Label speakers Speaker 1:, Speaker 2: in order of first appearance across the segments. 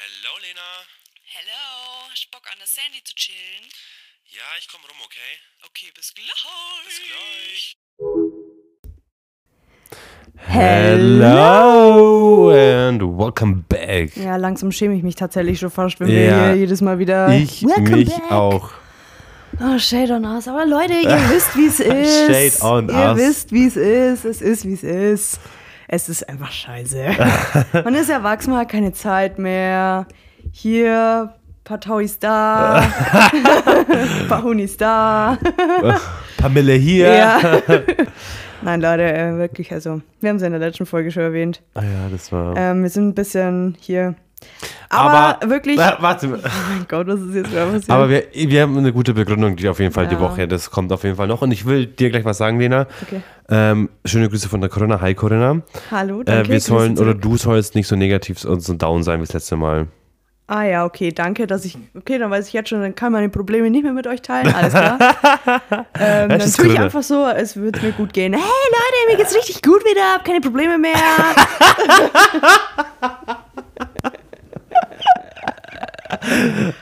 Speaker 1: Lena.
Speaker 2: Hello, hast Bock an der Sandy zu chillen?
Speaker 1: Ja, ich komm rum, okay?
Speaker 2: Okay, bis gleich.
Speaker 1: Bis gleich.
Speaker 3: Hello and welcome back.
Speaker 4: Ja, langsam schäme ich mich tatsächlich schon fast, wenn wir
Speaker 3: Ja.
Speaker 4: hier jedes Mal wieder.
Speaker 3: Ich
Speaker 4: Welcome
Speaker 3: mich
Speaker 4: back.
Speaker 3: auch.
Speaker 4: Oh, Shade on us. Aber Leute, ihr wisst, wie es ist.
Speaker 3: Shade on
Speaker 4: ihr
Speaker 3: us.
Speaker 4: wisst, wie es ist. Es ist, wie es ist. Es ist einfach scheiße. Man ist erwachsen, man hat keine Zeit mehr. Hier, Patau ist da. Bahuni ist da.
Speaker 3: Pamela hier.
Speaker 4: Ja. Nein, Leute, äh, wirklich, also, wir haben es in der letzten Folge schon erwähnt.
Speaker 3: Ah ja, das war.
Speaker 4: Ähm, wir sind ein bisschen hier. Aber, wirklich.
Speaker 3: Wa- warte.
Speaker 4: Mein Gott, was ist jetzt wieder passiert?
Speaker 3: Aber wir, wir haben eine gute Begründung, die auf jeden Fall die
Speaker 4: Ja.
Speaker 3: Woche. Das kommt auf jeden Fall Äh, noch. Und ich will dir gleich was sagen, Lena.
Speaker 4: Okay.
Speaker 3: Ähm, schöne Grüße von der Corinna. Hi Corinna.
Speaker 4: Hallo,
Speaker 3: Äh,
Speaker 4: danke.
Speaker 3: wir
Speaker 4: Grüße
Speaker 3: sollen oder
Speaker 4: zurück.
Speaker 3: du sollst nicht so negativ und so down sein wie das letzte Mal.
Speaker 4: Ah ja, okay, danke, dass ich. Okay, dann weiß ich jetzt schon, dann kann meine Probleme nicht mehr mit euch teilen. Alles klar. ähm, dann
Speaker 3: Das ist
Speaker 4: tue ich
Speaker 3: cool.
Speaker 4: einfach so, es wird mir gut gehen. Hey Leute, mir geht's richtig gut wieder, hab keine Probleme mehr.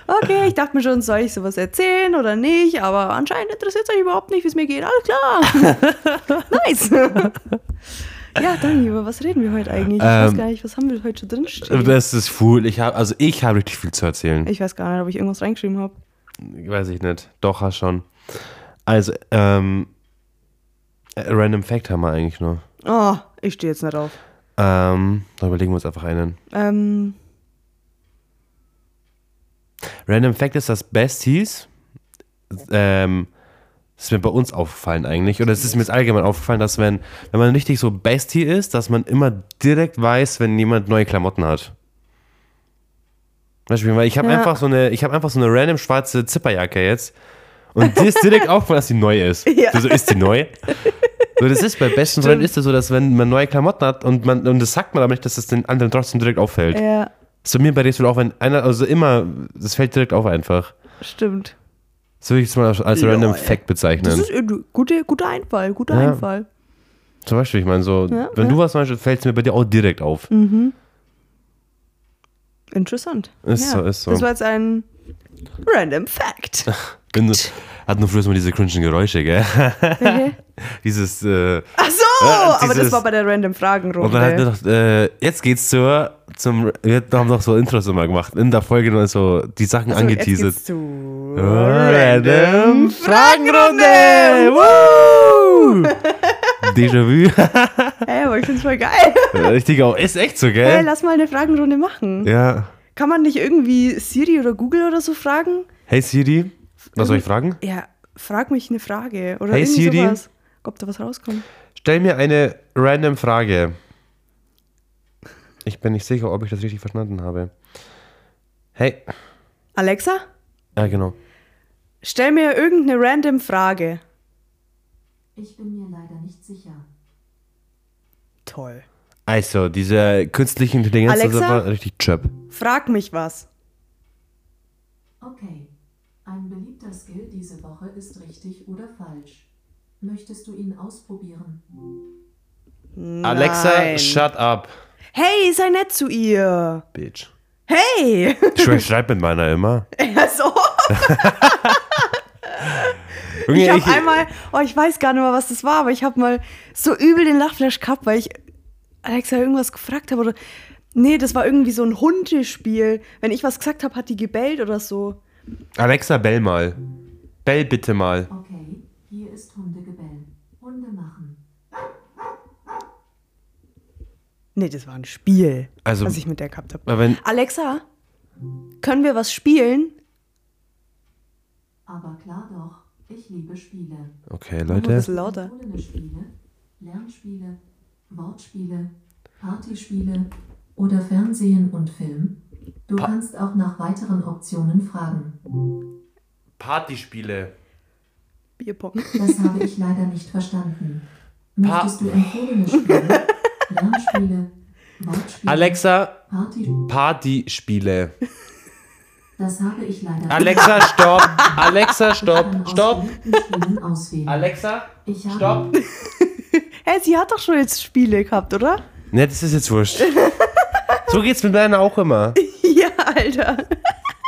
Speaker 4: okay, ich dachte mir schon, soll ich sowas erzählen oder nicht, aber anscheinend interessiert es euch überhaupt nicht, wie es mir geht. Alles klar. nice. ja, Dani, über was reden wir heute eigentlich? Ich weiß
Speaker 3: Ähm,
Speaker 4: gar nicht, was haben wir heute schon drin stehen?
Speaker 3: Äh, Das ist cool. Ich hab, also ich habe richtig viel zu erzählen.
Speaker 4: Ich weiß gar nicht, ob ich irgendwas reingeschrieben habe.
Speaker 2: Äh.
Speaker 3: Weiß ich nicht. Doch, hast schon. Also, ähm, äh, Random Fact haben wir eigentlich nur.
Speaker 4: Oh, ich stehe jetzt nicht auf.
Speaker 3: Ähm, da überlegen wir uns einfach einen.
Speaker 4: Ähm,
Speaker 3: Random Fact ist, dass Besties, ähm, das ist mir bei uns aufgefallen eigentlich, oder es ist mir jetzt allgemein aufgefallen, dass wenn, wenn man richtig so Bestie ist, dass man immer direkt weiß, wenn jemand neue Klamotten hat. Beispiel, weil ich habe
Speaker 4: Ja.
Speaker 3: einfach so eine, ich habe einfach so eine random schwarze Zipperjacke jetzt und dir ist direkt aufgefallen, dass die neu ist.
Speaker 4: Ja.
Speaker 3: So, so ist die neu. So, das ist bei besten Freunden ist es so, dass wenn man neue Klamotten hat und man und das sagt man aber nicht, dass es den anderen trotzdem direkt auffällt.
Speaker 4: ja,
Speaker 3: So mir bei Rätsel auch, wenn einer, also immer, das fällt direkt auf einfach.
Speaker 4: stimmt.
Speaker 3: Das würde ich jetzt mal als, als
Speaker 4: Lol.
Speaker 3: Random Fact bezeichnen.
Speaker 4: Das ist ein guter, guter Einfall, guter
Speaker 3: Ja.
Speaker 4: Einfall.
Speaker 3: zum Beispiel, ich meine, so,
Speaker 4: Ja,
Speaker 3: wenn
Speaker 4: ja. Mhm.
Speaker 3: du was meinst, fällt es mir bei dir auch direkt auf.
Speaker 4: Interessant.
Speaker 3: Ist so, ist so.
Speaker 4: Das war jetzt ein random Fact.
Speaker 3: Bin, hat nur früher immer diese cringen Geräusche, gell? Dieses, äh,
Speaker 4: Ach so,
Speaker 3: Ja,
Speaker 4: aber das
Speaker 3: dieses-
Speaker 4: war bei der random Fragenrunde.
Speaker 3: und dann hat mir doch, äh, jetzt geht's zur, zum, wir haben doch so Intros immer gemacht, in der Folge nur so die Sachen
Speaker 4: so,
Speaker 3: angeteasert.
Speaker 4: Jetzt geht's zu
Speaker 3: Random
Speaker 4: Fragenrunde.
Speaker 3: Woo! Déjà-vu.
Speaker 4: Hey, aber ich find's voll geil.
Speaker 3: Richtig auch, ist echt so,
Speaker 4: Hey,
Speaker 3: gell?
Speaker 4: lass mal eine Fragenrunde machen.
Speaker 3: Ja.
Speaker 4: Kann man nicht irgendwie Siri oder Google oder so fragen?
Speaker 3: Hey Siri, was soll
Speaker 4: Ähm.
Speaker 3: ich fragen?
Speaker 4: Ja, frag mich eine Frage oder
Speaker 3: Hey,
Speaker 4: irgendwie
Speaker 3: Siri.
Speaker 4: sowas. Ob da was rauskommt.
Speaker 3: Stell mir eine random Frage. Ich bin nicht sicher, ob ich das richtig verstanden habe. Hey.
Speaker 4: Alexa?
Speaker 3: Ja, genau.
Speaker 4: Stell mir irgendeine random Frage.
Speaker 5: Ich bin mir leider nicht sicher.
Speaker 4: Toll.
Speaker 3: Also, diese künstliche Intelligenz
Speaker 4: Alexa?
Speaker 3: das war richtig chöp.
Speaker 4: Frag mich was.
Speaker 5: Okay. Ein beliebter Skill diese Woche ist richtig oder falsch. Möchtest du ihn ausprobieren?
Speaker 3: Alexa,
Speaker 4: Nein.
Speaker 3: shut up.
Speaker 4: Hey, sei nett zu ihr.
Speaker 3: Bitch.
Speaker 4: Hey.
Speaker 3: Ich schwör, ich schreib mit meiner immer.
Speaker 4: Ja, so.
Speaker 3: Junge,
Speaker 4: Ich habe einmal, oh, ich weiß gar nicht mehr, was das war, aber ich habe mal so übel den Lachflash gehabt, weil ich Alexa irgendwas gefragt habe oder nee, das war irgendwie so ein Hundespiel. Wenn ich was gesagt habe, hat die gebellt oder so.
Speaker 3: Alexa, bell mal. Bell bitte mal.
Speaker 5: Okay, hier ist Hundegebell. Hunde machen.
Speaker 4: Nee, das war ein Spiel,
Speaker 3: Also-
Speaker 4: was ich mit der gehabt habe.
Speaker 3: Aber wenn,
Speaker 4: Alexa, können wir was spielen?
Speaker 5: Aber klar doch, ich liebe Spiele.
Speaker 3: okay,
Speaker 4: Mach mal Ein
Speaker 3: Leute.
Speaker 4: bisschen lauter.
Speaker 5: Empfohlene Spiele, Lernspiele, Wortspiele, Partyspiele oder Fernsehen und Film. Du kannst auch nach weiteren Optionen fragen.
Speaker 3: Partyspiele.
Speaker 4: Bierpong.
Speaker 5: Das habe ich leider nicht verstanden. Möchtest du empfohlene Spiele, Lernspiele, Wortspiele,
Speaker 3: Alexa,
Speaker 5: Party?
Speaker 3: Partyspiele.
Speaker 5: Das habe ich leider
Speaker 3: Alexa, stopp. Alexa, stopp.
Speaker 5: nicht
Speaker 3: Stopp.
Speaker 5: Spielen auswählen.
Speaker 3: Alexa,
Speaker 5: ich habe
Speaker 3: stopp.
Speaker 4: Hey, sie hat doch schon jetzt Spiele gehabt, oder?
Speaker 3: Ne, das ist jetzt wurscht. So geht's mit meiner auch immer.
Speaker 4: Ja, Alter.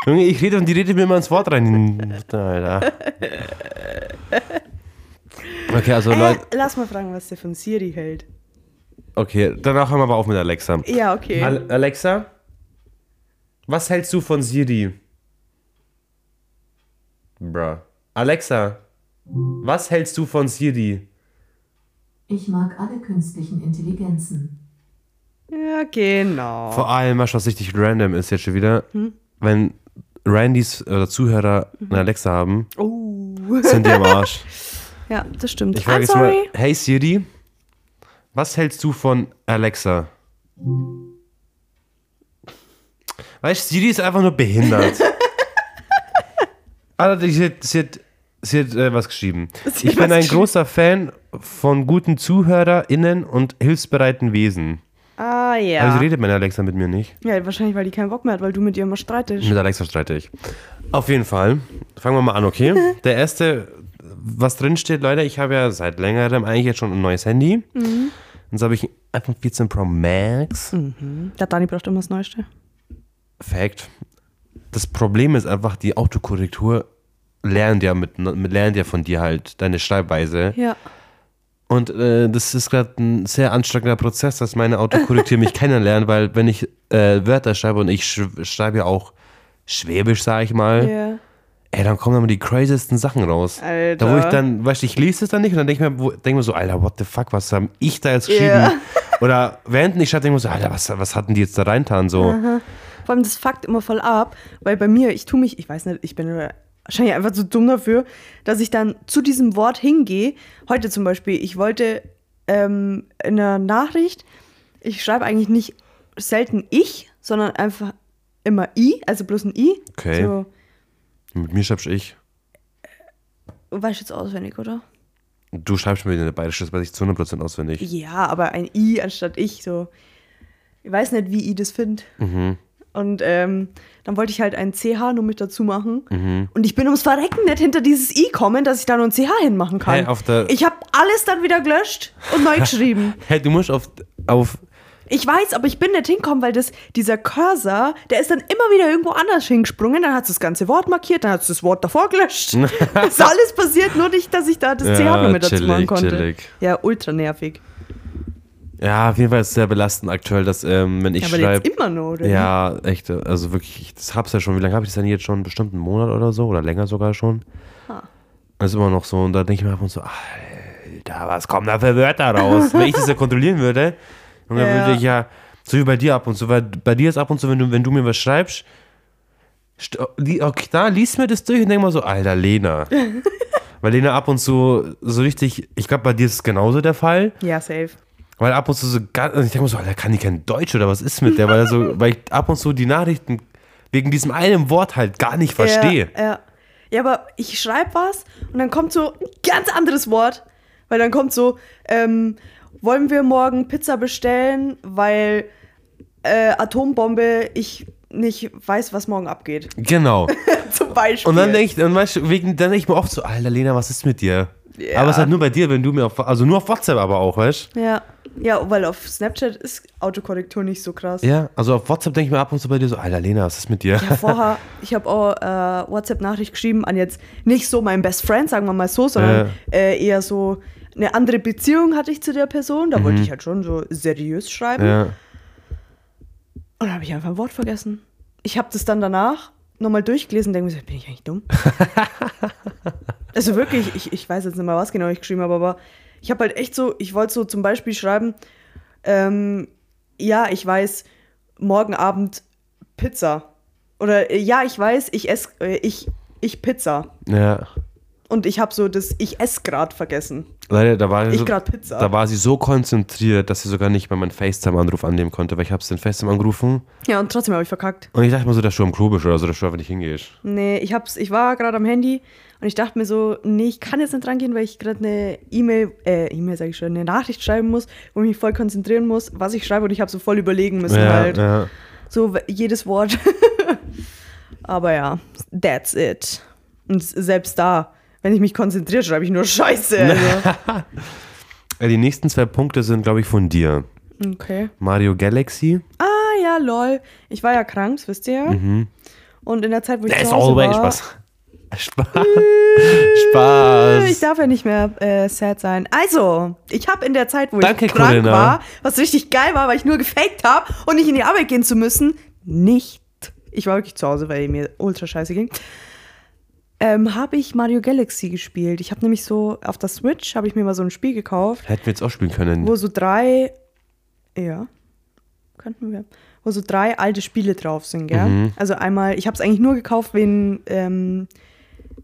Speaker 3: Junge, ich rede und die redet mir immer ins Wort rein. Alter. Okay, also
Speaker 4: Äh,
Speaker 3: Leute.
Speaker 4: lass mal fragen, was der von Siri hält.
Speaker 3: Okay, danach hören wir aber auf mit Alexa.
Speaker 4: Ja, okay.
Speaker 3: Al Alexa, was hältst du von Siri? Bruh. Alexa, was hältst du von Siri?
Speaker 5: Ich mag alle künstlichen Intelligenzen.
Speaker 4: ja, genau.
Speaker 3: Vor allem, weißt du, was richtig random ist jetzt schon wieder,
Speaker 4: Hm?
Speaker 3: wenn Randys oder Zuhörer eine Alexa haben,
Speaker 4: Oh.
Speaker 3: sind die am Arsch.
Speaker 4: Ja, das stimmt.
Speaker 3: Ich
Speaker 4: I'm
Speaker 3: frage jetzt mal,
Speaker 4: sorry.
Speaker 3: hey Siri, was hältst du von Alexa? Weißt du, Siri ist einfach nur behindert. Alter, sie hat, sie hat, sie hat äh, was geschrieben.
Speaker 4: hat
Speaker 3: ich bin
Speaker 4: was
Speaker 3: ein
Speaker 4: geschrieben.
Speaker 3: großer Fan von guten ZuhörerInnen und hilfsbereiten Wesen.
Speaker 4: Ah, ja.
Speaker 3: Also redet meine Alexa mit mir nicht.
Speaker 4: ja, wahrscheinlich, weil die keinen Bock mehr hat, weil du mit ihr immer streitest.
Speaker 3: Mit Alexa streite ich. Auf jeden Fall. Fangen wir mal an, okay? Der erste, was drin steht, Leute, ich habe ja seit längerem eigentlich jetzt schon ein neues Handy. Und so habe ich ein iPhone 14 Pro Max. Mhm.
Speaker 4: Der Dani braucht immer das Neueste.
Speaker 3: Fact. Das Problem ist einfach, die Autokorrektur lernt ja, mit, mit, lernt ja von dir halt deine Schreibweise.
Speaker 4: Ja.
Speaker 3: Und äh, das ist gerade ein sehr anstrengender Prozess, dass meine Autokorrektur mich kennenlernt, weil wenn ich äh, Wörter schreibe und ich sch schreibe ja auch Schwäbisch, sage ich mal.
Speaker 4: Ja.
Speaker 3: Ey, dann kommen aber die craziesten Sachen raus.
Speaker 4: Alter.
Speaker 3: Da wo ich dann, weißt du, ich lese es dann nicht und dann denke ich mir, wo- denk mir so, Alter, what the fuck, was haben ich da jetzt geschrieben?
Speaker 4: Ja.
Speaker 3: Oder während ich schreibe, denke ich mir so, Alter, was, was hatten die jetzt da reintan so?
Speaker 4: Vor allem, das fuckt immer voll ab, weil bei mir, ich tue mich, ich weiß nicht, ich bin wahrscheinlich einfach zu dumm dafür, dass ich dann zu diesem Wort hingehe. Heute zum Beispiel, ich wollte ähm, in einer Nachricht, ich schreibe eigentlich nicht selten ich, sondern einfach immer i, also bloß ein i.
Speaker 3: Okay.
Speaker 4: So,
Speaker 3: Mit mir schreibst ich.
Speaker 4: du weißt jetzt auswendig, oder?
Speaker 3: Du schreibst mir eine bayerische, das weiß ich zu 100% auswendig.
Speaker 4: Ja, aber ein I anstatt ich so. Ich weiß nicht, wie ich das finde.
Speaker 3: Mhm.
Speaker 4: Und ähm, dann wollte ich halt ein CH nur mit dazu machen.
Speaker 3: Mhm.
Speaker 4: Und ich bin ums Verrecken nicht hinter dieses I kommen, dass ich da nur ein CH hinmachen kann.
Speaker 3: Hey, auf der-
Speaker 4: ich habe alles dann wieder gelöscht und neu geschrieben.
Speaker 3: Hey, du musst auf, auf
Speaker 4: Ich weiß, aber ich bin nicht hinkommen, weil das, dieser Cursor, der ist dann immer wieder irgendwo anders hingesprungen. Dann hat das ganze Wort markiert, dann hat das Wort davor gelöscht. das ist alles passiert, nur nicht, dass ich da das
Speaker 3: Ja,
Speaker 4: CH nur mit dazu
Speaker 3: chillig,
Speaker 4: machen konnte.
Speaker 3: chillig.
Speaker 4: Ja, ultra nervig.
Speaker 3: ja, auf jeden Fall ist es sehr belastend aktuell, dass, ähm, wenn ich
Speaker 4: Ja, aber
Speaker 3: schreibe.
Speaker 4: jetzt immer noch, oder? wie?
Speaker 3: Ja, echt, also wirklich, ich das hab's ja schon, wie lange habe ich das denn jetzt schon? Bestimmt einen Monat oder so oder länger sogar schon. Das ist immer noch so und da denke ich mir einfach so, Alter, was kommen da für Wörter raus? wenn ich das ja kontrollieren würde, dann
Speaker 4: Ja.
Speaker 3: würde ich ja, so wie bei dir ab und zu, weil bei dir ist ab und zu, wenn du, wenn du mir was schreibst, st- li- okay, da liest mir das durch und denk mal so, Alter, Lena. weil Lena ab und zu so richtig, ich glaube, bei dir ist es genauso der Fall.
Speaker 4: Ja, safe.
Speaker 3: Weil ab und zu so ganz, ich denke mir so, Alter, kann die kein Deutsch oder was ist mit der? Weil, er so, weil ich ab und zu die Nachrichten wegen diesem einen Wort halt gar nicht verstehe.
Speaker 4: Ja, ja. ja aber ich schreibe was und dann kommt so ein ganz anderes Wort. Weil dann kommt so, ähm, wollen wir morgen Pizza bestellen, weil äh, Atombombe, ich nicht weiß, was morgen abgeht.
Speaker 3: Genau.
Speaker 4: Zum Beispiel.
Speaker 3: Und dann denke ich, dann, weißt du, wegen, dann denk ich mir oft so, Alter, Lena, was ist mit dir?
Speaker 4: Ja.
Speaker 3: Aber es ist halt nur bei dir, wenn du mir auf, also nur auf WhatsApp aber auch, weißt
Speaker 4: Ja. ja, weil auf Snapchat ist Autokorrektur nicht so krass.
Speaker 3: du? Ja, also auf WhatsApp denke ich mir ab und zu bei dir so, Alter, Lena, was ist mit dir?
Speaker 4: Ja, vorher, ich habe auch äh, WhatsApp-Nachricht geschrieben an jetzt nicht so mein Best Friend, sagen wir mal so, sondern äh, eher so eine andere Beziehung hatte ich zu der Person. Da wollte ich halt schon so seriös schreiben.
Speaker 3: Ja.
Speaker 4: Und da habe ich einfach ein Wort vergessen. Ich habe das dann danach nochmal durchgelesen und denke mir so, bin ich eigentlich dumm? also wirklich, ich, ich weiß jetzt nicht mal, was genau ich geschrieben habe, aber ich habe halt echt so, ich wollte so zum Beispiel schreiben, ähm, ja, ich weiß, morgen Abend Pizza. Oder äh, ja, ich weiß, ich esse, äh, ich, ich Pizza.
Speaker 3: ja.
Speaker 4: Und ich habe so das Ich esse grad vergessen.
Speaker 3: Leider, da war,
Speaker 4: Ich
Speaker 3: so,
Speaker 4: grad Pizza.
Speaker 3: da war sie so konzentriert, dass sie sogar nicht mal meinen FaceTime-Anruf annehmen konnte, weil ich habe den FaceTime angerufen
Speaker 4: Ja, und trotzdem habe ich verkackt.
Speaker 3: und ich dachte mir so, dass du am Klo bist oder so, dass du einfach nicht hingehst.
Speaker 4: Nee, ich hab's, ich war gerade am Handy und ich dachte mir so, nee, ich kann jetzt nicht rangehen, weil ich gerade eine E-Mail, äh, E-Mail sage ich schon, eine Nachricht schreiben muss, wo ich mich voll konzentrieren muss, was ich schreibe und ich habe so voll überlegen müssen halt.
Speaker 3: ja.
Speaker 4: So w- jedes Wort. Aber ja, that's it. Und s- selbst da, wenn ich mich konzentriere, schreibe ich nur Scheiße. Also.
Speaker 3: Äh, Die nächsten zwei Punkte sind, glaube ich, von dir.
Speaker 4: Okay.
Speaker 3: Mario Galaxy
Speaker 4: Ah ja, ja, lol. Ich war ja krank, das wisst ihr ja. Und in der Zeit, wo ich
Speaker 3: There's
Speaker 4: zu Hause
Speaker 3: Mhm. always
Speaker 4: war,
Speaker 3: Spaß. Spaß. Spaß.
Speaker 4: Ich darf ja nicht mehr äh, sad sein. Also, ich habe in der Zeit, wo
Speaker 3: Danke,
Speaker 4: ich krank
Speaker 3: Corinna.
Speaker 4: war, was richtig geil war, weil ich nur gefaked habe und nicht in die Arbeit gehen zu müssen, nicht. Ich war wirklich zu Hause, weil mir ultra scheiße ging. Ähm, habe ich Mario Galaxy gespielt. Ich habe nämlich so auf der Switch habe ich mir mal so ein Spiel gekauft,
Speaker 3: Hätten wir jetzt auch spielen können.
Speaker 4: wo so drei, ja, könnten wir, wo so drei alte Spiele drauf sind, gell? Also einmal, ich habe es eigentlich nur gekauft wegen, ähm,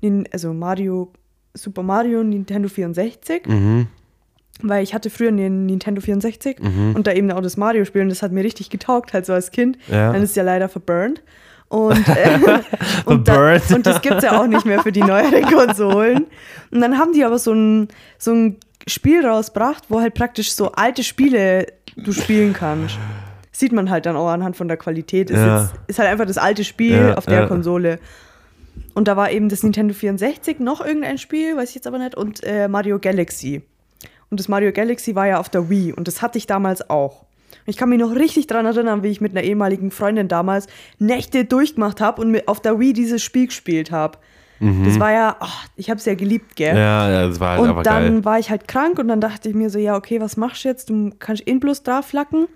Speaker 4: Nin- also Mario, Super Mario Nintendo 64, weil ich hatte früher einen Nintendo 64
Speaker 3: Mhm.
Speaker 4: und da eben auch das Mario-Spiel und das hat mir richtig getaugt, halt so als Kind.
Speaker 3: Ja.
Speaker 4: Dann ist es ja leider verburnt. Und, äh, und, da,
Speaker 3: Verburnt.
Speaker 4: und das gibt es ja auch nicht mehr für die neueren Konsolen. Und dann haben die aber so ein, so ein Spiel rausgebracht, wo halt praktisch so alte Spiele du spielen kannst. Sieht man halt dann auch anhand von der Qualität. Ist,
Speaker 3: Ja.
Speaker 4: jetzt, ist halt einfach das alte Spiel
Speaker 3: Ja,
Speaker 4: auf der
Speaker 3: ja.
Speaker 4: Konsole. Und da war eben das Nintendo 64 noch irgendein Spiel, weiß ich jetzt aber nicht, und äh, Mario Galaxy. Und das Mario Galaxy war ja auf der Wii und das hatte ich damals auch. Und ich kann mich noch richtig dran erinnern, wie ich mit einer ehemaligen Freundin damals Nächte durchgemacht habe und mit auf der Wii dieses Spiel gespielt habe. Das war ja, ach, ich habe es ja geliebt, gell?
Speaker 3: Mhm. ja, ja, das war halt aber
Speaker 4: und dann
Speaker 3: geil.
Speaker 4: war ich halt krank und dann dachte ich mir so, ja, okay, was machst du jetzt? Du kannst eh bloß drauf lacken.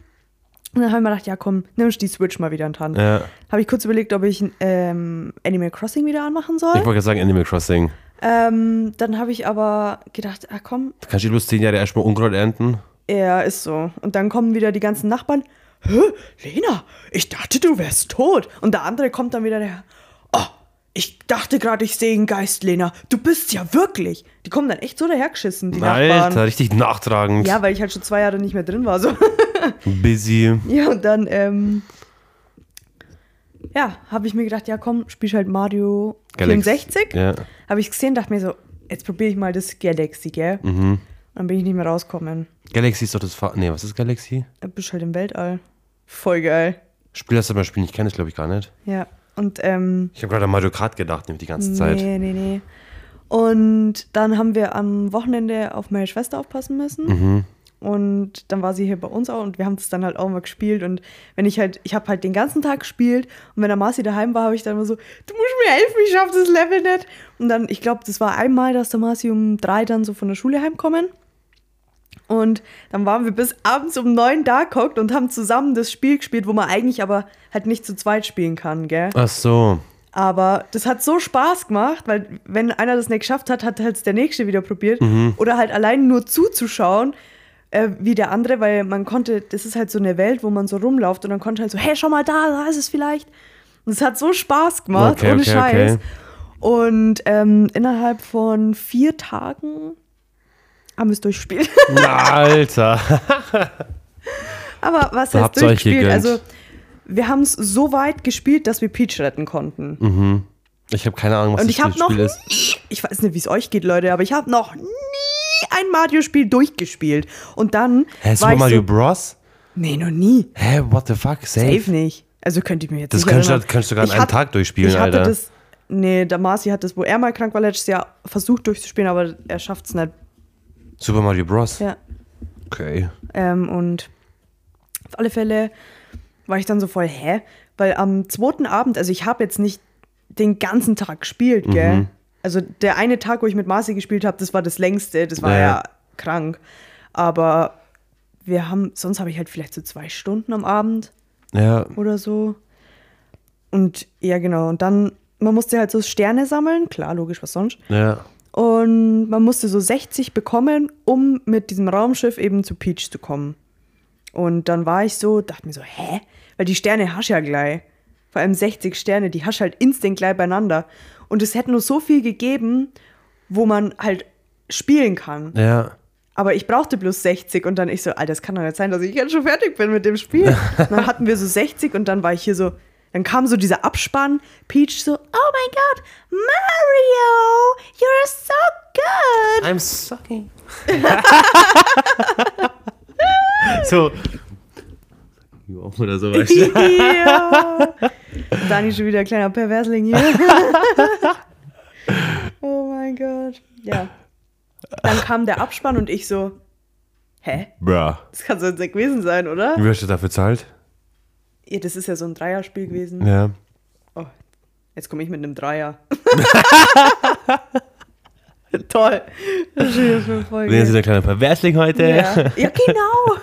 Speaker 4: Und dann habe ich mir gedacht, ja komm, nimmst die Switch mal wieder in die Hand.
Speaker 3: Ja.
Speaker 4: Habe ich kurz überlegt, ob ich ähm, Animal Crossing wieder anmachen
Speaker 3: Ich
Speaker 4: soll.
Speaker 3: wollte gerade sagen, Animal Crossing.
Speaker 4: Ähm, dann habe ich aber gedacht, ah komm,
Speaker 3: Da kannst du bloß zehn Jahre erstmal Unkraut ernten.
Speaker 4: er ist so. Und dann kommen wieder die ganzen Nachbarn, Hä, Lena, ich dachte, du wärst tot. Und der andere kommt dann wieder der, oh, ich dachte gerade, ich sehe einen Geist, Lena. Du bist ja wirklich. Die kommen dann echt so dahergeschissen, die Nachbarn.
Speaker 3: Alter, richtig nachtragend.
Speaker 4: Ja, weil ich halt schon zwei Jahre nicht mehr drin war. So.
Speaker 3: Busy.
Speaker 4: Ja, und dann, ähm, ja, habe ich mir gedacht, ja komm, spielst halt Mario
Speaker 3: Galaxy,
Speaker 4: 64.
Speaker 3: ja.
Speaker 4: Habe ich gesehen, dachte mir so, jetzt probiere ich mal das Galaxy, gell?
Speaker 3: Mhm.
Speaker 4: Dann bin ich nicht mehr rausgekommen.
Speaker 3: Galaxy ist doch das Fahr Nee, was ist Galaxy?
Speaker 4: Dann bist halt im Weltall. Voll geil.
Speaker 3: Spiel das aber Spiel nicht kenne ich, glaube ich, gar nicht.
Speaker 4: Ja, und, ähm,
Speaker 3: Ich habe gerade an Mario Kart gedacht, nämlich die ganze Zeit.
Speaker 4: nee, nee, nee. Und dann haben wir am Wochenende auf meine Schwester aufpassen müssen.
Speaker 3: Mhm.
Speaker 4: Und dann war sie hier bei uns auch und wir haben das dann halt auch mal gespielt. Und wenn ich halt, ich habe halt den ganzen Tag gespielt und wenn der Marci daheim war, habe ich dann immer so, du musst mir helfen, ich schaff das Level nicht. Und dann, ich glaube, das war einmal, dass der Marci um drei dann so von der Schule heimkommen. Und dann waren wir bis abends um neun da gehockt und haben zusammen das Spiel gespielt, wo man eigentlich aber halt nicht zu zweit spielen kann, gell?
Speaker 3: Ach so.
Speaker 4: Aber das hat so Spaß gemacht, weil wenn einer das nicht geschafft hat, hat halt der Nächste wieder probiert.
Speaker 3: Mhm.
Speaker 4: Oder halt allein nur zuzuschauen, äh, wie der andere, weil man konnte, das ist halt so eine Welt, wo man so rumläuft und dann konnte halt so, hey, schau mal da, da ist es vielleicht. Und es hat so Spaß gemacht,
Speaker 3: Okay,
Speaker 4: ohne
Speaker 3: okay,
Speaker 4: Scheiß.
Speaker 3: okay.
Speaker 4: Und ähm, innerhalb von vier Tagen haben wir es durchgespielt.
Speaker 3: Na, Alter.
Speaker 4: Aber was
Speaker 3: Da
Speaker 4: heißt
Speaker 3: habt's euch
Speaker 4: durchgespielt?
Speaker 3: gegönnt.
Speaker 4: Also, wir haben es so weit gespielt, dass wir Peach retten konnten.
Speaker 3: Ich habe keine Ahnung, was
Speaker 4: Und
Speaker 3: das
Speaker 4: ich habe
Speaker 3: für ein
Speaker 4: noch
Speaker 3: Spiel ist.
Speaker 4: nie, ich weiß nicht, wie es euch geht, Leute, aber ich habe noch nie ein Mario-Spiel durchgespielt. Und dann
Speaker 3: Hä,
Speaker 4: war
Speaker 3: Super
Speaker 4: ich
Speaker 3: Mario
Speaker 4: so,
Speaker 3: Bros?
Speaker 4: nee, noch nie.
Speaker 3: Hä, what the fuck? Safe?
Speaker 4: Safe nicht. Also könnt ihr mir jetzt
Speaker 3: Das
Speaker 4: nicht
Speaker 3: kannst du-
Speaker 4: erinnern.
Speaker 3: kannst du sogar an
Speaker 4: Ich
Speaker 3: einem
Speaker 4: hat-
Speaker 3: Tag durchspielen,
Speaker 4: ich hatte
Speaker 3: Alter.
Speaker 4: Das, nee, der Marci hat das, wo er mal krank war, letztes Jahr versucht durchzuspielen, aber er schafft es nicht.
Speaker 3: Super Mario Bros?
Speaker 4: Ja.
Speaker 3: Okay.
Speaker 4: Ähm, und auf alle Fälle war ich dann so voll, hä? Weil am zweiten Abend, also ich habe jetzt nicht den ganzen Tag gespielt, gell? Also der eine Tag, wo ich mit Marci gespielt habe, das war das längste, das war
Speaker 3: Ja,
Speaker 4: ja,
Speaker 3: ja.
Speaker 4: krank. Aber wir haben, sonst habe ich halt vielleicht so zwei Stunden am Abend
Speaker 3: Ja.
Speaker 4: oder so. Und ja, genau. Und dann, man musste halt so Sterne sammeln, klar, logisch, was sonst.
Speaker 3: Ja.
Speaker 4: Und man musste so 60 bekommen, um mit diesem Raumschiff eben zu Peach zu kommen. Und dann war ich so, dachte mir so, hä? Weil die Sterne hast du ja gleich. Vor allem 60 Sterne, die hast du halt instant gleich beieinander. Und es hätte nur so viel gegeben, wo man halt spielen kann.
Speaker 3: Ja.
Speaker 4: Aber ich brauchte bloß 60 und dann ich so, Alter, das kann doch nicht sein, dass ich jetzt schon fertig bin mit dem Spiel. Und dann hatten wir so 60 und dann war ich hier so, dann kam so dieser Abspann, Peach so, oh mein Gott, Mario, you're so good.
Speaker 3: I'm sucking. so. Oder so weißt du.
Speaker 4: ja. Dani schon wieder kleiner Perversling hier. oh mein Gott. Ja. Dann kam der Abspann und ich so, hä?
Speaker 3: Bruh.
Speaker 4: Das kann so jetzt nicht gewesen sein, oder?
Speaker 3: Wie hast du dafür zahlt?
Speaker 4: Ja, das ist ja so ein Dreierspiel gewesen.
Speaker 3: Ja.
Speaker 4: Oh, jetzt komme ich mit einem Dreier. Toll. Das ist wieder schon voll
Speaker 3: Wir sind
Speaker 4: geil.
Speaker 3: der kleine Perversling heute.
Speaker 4: ja. ja, genau.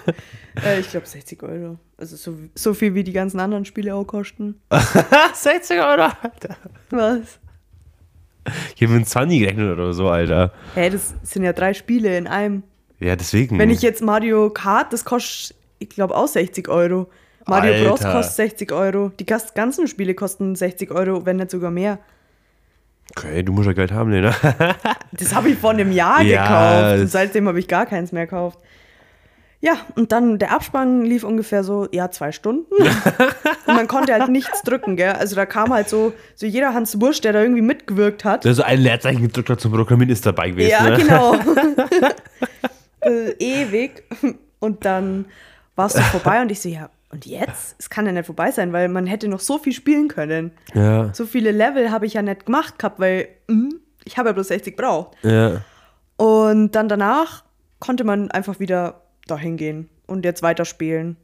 Speaker 4: Äh, ich glaube 60 Euro. Also so, so viel wie die ganzen anderen Spiele auch kosten.
Speaker 3: 60 Euro, Alter.
Speaker 4: Was?
Speaker 3: Ich habe mit 20 gerechnet oder so, Alter.
Speaker 4: Hä, das sind ja drei Spiele in einem.
Speaker 3: Ja, deswegen.
Speaker 4: Wenn ich jetzt Mario Kart, das kostet, ich glaube, auch 60 Euro. Mario Bros
Speaker 3: Alter.
Speaker 4: kostet 60 Euro. Die gas- ganzen Spiele kosten 60 Euro, wenn nicht sogar mehr.
Speaker 3: Okay, du musst ja Geld haben, Lena.
Speaker 4: Das habe ich vor einem Jahr
Speaker 3: Ja,
Speaker 4: gekauft. Und
Speaker 3: es-
Speaker 4: seitdem habe ich gar keins mehr gekauft. Ja, und dann der Abspann lief ungefähr so, ja, zwei Stunden. und man konnte halt nichts drücken, gell? Also da kam halt so, so jeder Hans Wursch, der da irgendwie mitgewirkt hat.
Speaker 3: Also ein Leerzeichen gedrückt hat zum Programmieren ist dabei gewesen.
Speaker 4: ja,
Speaker 3: ne?
Speaker 4: genau. äh, ewig. Und dann war es so vorbei und ich so, ja, und jetzt? Es kann ja nicht vorbei sein, weil man hätte noch so viel spielen können.
Speaker 3: Ja,
Speaker 4: So viele Level habe ich ja nicht gemacht gehabt, weil hm, ich habe ja bloß 60 braucht.
Speaker 3: ja.
Speaker 4: Und dann danach konnte man einfach wieder dahin gehen und jetzt weiterspielen.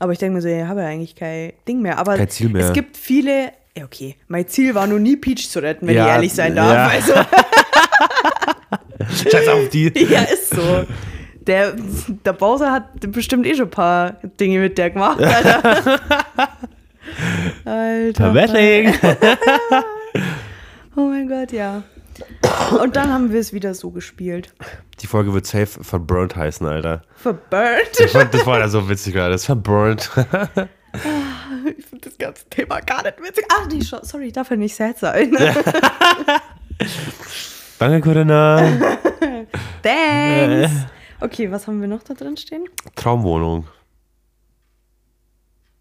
Speaker 4: Aber ich denke mir so, ja, ich habe ja eigentlich kein Ding mehr. Aber
Speaker 3: Kein Ziel mehr.
Speaker 4: es gibt viele. Ja, okay. Mein Ziel war noch nie Peach zu retten, wenn
Speaker 3: Ja,
Speaker 4: ich ehrlich sein darf.
Speaker 3: ja.
Speaker 4: Also,
Speaker 3: Scheiß auf die.
Speaker 4: ja, ist so. Der, der Bowser hat bestimmt eh schon ein paar Dinge mit der gemacht, Alter. Alter.
Speaker 3: Perversling.
Speaker 4: Oh mein Gott, ja. Und dann haben wir es wieder so gespielt.
Speaker 3: Die Folge wird safe verburnt heißen, Alter.
Speaker 4: Verburnt.
Speaker 3: Ich fand, das war ja so witzig, Alter. Das ist verburnt.
Speaker 4: Ich finde das ganze Thema gar nicht witzig. Ach nee, scho- sorry, ich darf ja nicht sad sein.
Speaker 3: Danke, Corinna.
Speaker 4: Thanks. Okay, was haben wir noch da drin stehen?
Speaker 3: Traumwohnung.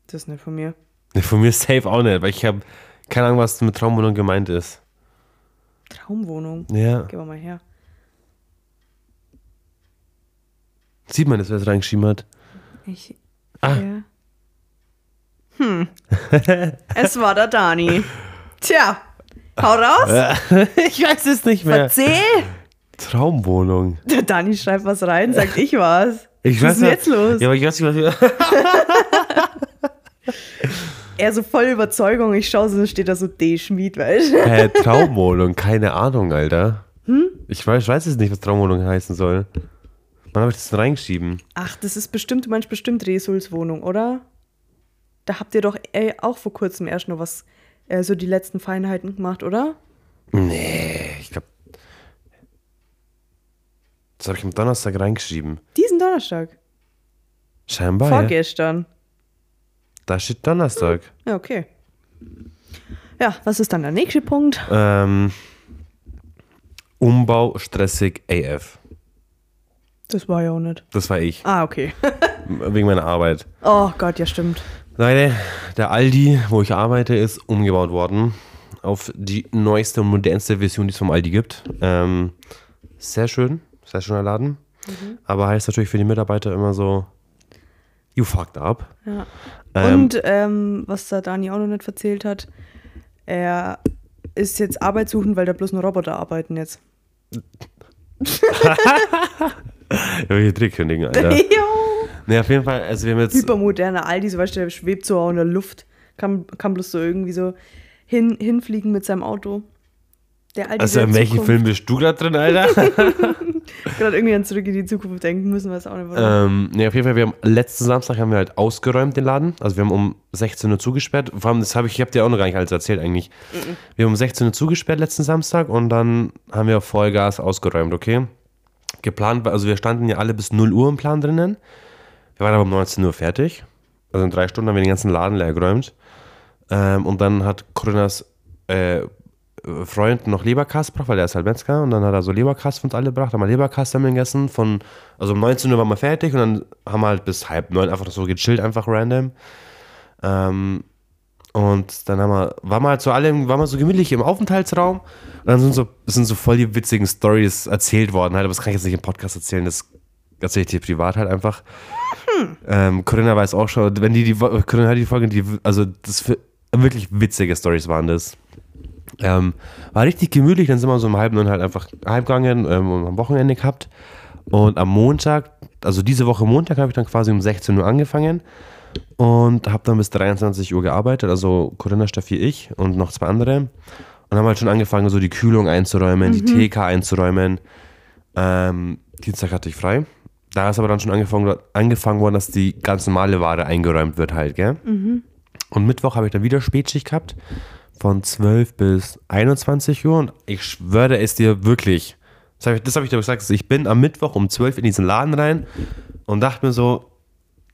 Speaker 4: Das ist nicht von mir.
Speaker 3: Nee, von mir safe auch nicht, weil ich habe keine Ahnung, was mit Traumwohnung gemeint ist.
Speaker 4: Traumwohnung.
Speaker 3: Ja.
Speaker 4: Geh mal mal her.
Speaker 3: Sieht man, dass wer es reingeschrieben hat?
Speaker 4: Ich.
Speaker 3: Ah.
Speaker 4: Ja. Hm. Es war der Dani. Tja, hau raus.
Speaker 3: ich weiß es nicht mehr.
Speaker 4: Erzähl.
Speaker 3: Traumwohnung.
Speaker 4: Der Dani schreibt was rein, sagt ich was.
Speaker 3: Ich weiß
Speaker 4: was ist denn
Speaker 3: nicht-
Speaker 4: jetzt los?
Speaker 3: Ja, aber ich weiß nicht, was wir.
Speaker 4: Er so voll Überzeugung. Ich schaue so, dann steht da so D. Schmied, weißt du?
Speaker 3: Hä, Traumwohnung, keine Ahnung, Alter. Hm? Ich weiß, ich weiß es nicht, was Traumwohnung heißen soll. Wann habe ich das denn reingeschrieben?
Speaker 4: Ach, das ist bestimmt, du meinst bestimmt Resuls Wohnung, oder? Da habt ihr doch ey, auch vor kurzem erst noch was, äh, so die letzten Feinheiten gemacht, oder?
Speaker 3: Nee, ich glaube. Das habe ich am Donnerstag reingeschrieben.
Speaker 4: Diesen Donnerstag. Oh,
Speaker 3: Scheinbar. Ja.
Speaker 4: Vorgestern.
Speaker 3: Da steht Donnerstag.
Speaker 4: Ja, okay. Ja, was ist dann der nächste Punkt?
Speaker 3: Ähm, Umbau stressig AF.
Speaker 4: Das war ja auch nicht.
Speaker 3: Das war ich.
Speaker 4: Ah, okay.
Speaker 3: Wegen meiner Arbeit.
Speaker 4: Oh Gott, ja, stimmt.
Speaker 3: Leute, der Aldi, wo ich arbeite, ist umgebaut worden auf die neueste und modernste Version, die es vom Aldi gibt. Ähm, sehr schön, sehr schöner Laden. Aber heißt natürlich für die Mitarbeiter immer so, you fucked up. Ähm,
Speaker 4: Und ähm, was der Dani auch noch nicht erzählt hat, er ist jetzt arbeitssuchend, weil da bloß nur Roboter arbeiten jetzt.
Speaker 3: Ja, welche Trick kündigen, Alter.
Speaker 4: Jo.
Speaker 3: nee, auf jeden Fall, also wir haben jetzt.
Speaker 4: Hypermoderne Aldi, so weißt du, der schwebt so auch in der Luft. Kann, kann bloß so irgendwie so hin, hinfliegen mit seinem Auto. Der Aldi
Speaker 3: Also
Speaker 4: der
Speaker 3: in welchem
Speaker 4: Zukunft.
Speaker 3: Film bist du gerade drin, Alter?
Speaker 4: Gerade irgendwie an zurück in die Zukunft denken müssen, was auch nicht warum.
Speaker 3: ähm, nee, auf jeden Fall, wir haben letzten Samstag haben wir halt ausgeräumt den Laden. Also wir haben um 16 Uhr zugesperrt. Vor allem, das habe ich, ich habe dir auch noch gar nicht alles erzählt eigentlich. Wir haben um 16 Uhr zugesperrt letzten Samstag und dann haben wir Vollgas ausgeräumt, okay? Geplant war, also wir standen ja alle bis 0 Uhr im Plan drinnen. Wir waren aber um 19 Uhr fertig. Also in drei Stunden haben wir den ganzen Laden leer geräumt. Ähm, und dann hat Corinnas äh, Freund noch Leberkass gebracht, weil der ist halt Metzger. Und dann hat er so Leberkass für uns alle gebracht, haben wir Leberkass sammeln gegessen. Von, also um 19 Uhr waren wir fertig und dann haben wir halt bis halb neun einfach so gechillt, einfach random. Ähm, und dann haben wir, waren wir halt so alle, im- waren wir so gemütlich im Aufenthaltsraum. Und dann sind so, sind so voll die witzigen Stories erzählt worden. Halt, aber das kann ich jetzt nicht im Podcast erzählen, das erzähle ich dir privat halt einfach. Ähm, Corinna weiß auch schon, wenn die, die Corinna hat die Folge, die, also das für, wirklich witzige Stories waren das. Ähm, war richtig gemütlich, dann sind wir so um halb neun halt einfach heimgegangen ähm, und am Wochenende gehabt. Und am Montag, also diese Woche Montag, habe ich dann quasi um 16 Uhr angefangen und habe dann bis 23 Uhr gearbeitet, also Corinna, Steffi, ich und noch zwei andere. Und haben halt schon angefangen, so die Kühlung einzuräumen, die TK einzuräumen. Ähm, Dienstag hatte ich frei. Da ist aber dann schon angefangen, angefangen worden, dass die ganz normale Ware eingeräumt wird halt, gell? Und Mittwoch habe ich dann wieder Spätschicht gehabt, von 12 bis 21 Uhr. Und ich schwöre es dir wirklich, das habe ich, das habe ich dir gesagt, ich bin am Mittwoch um 12 in diesen Laden rein und dachte mir so,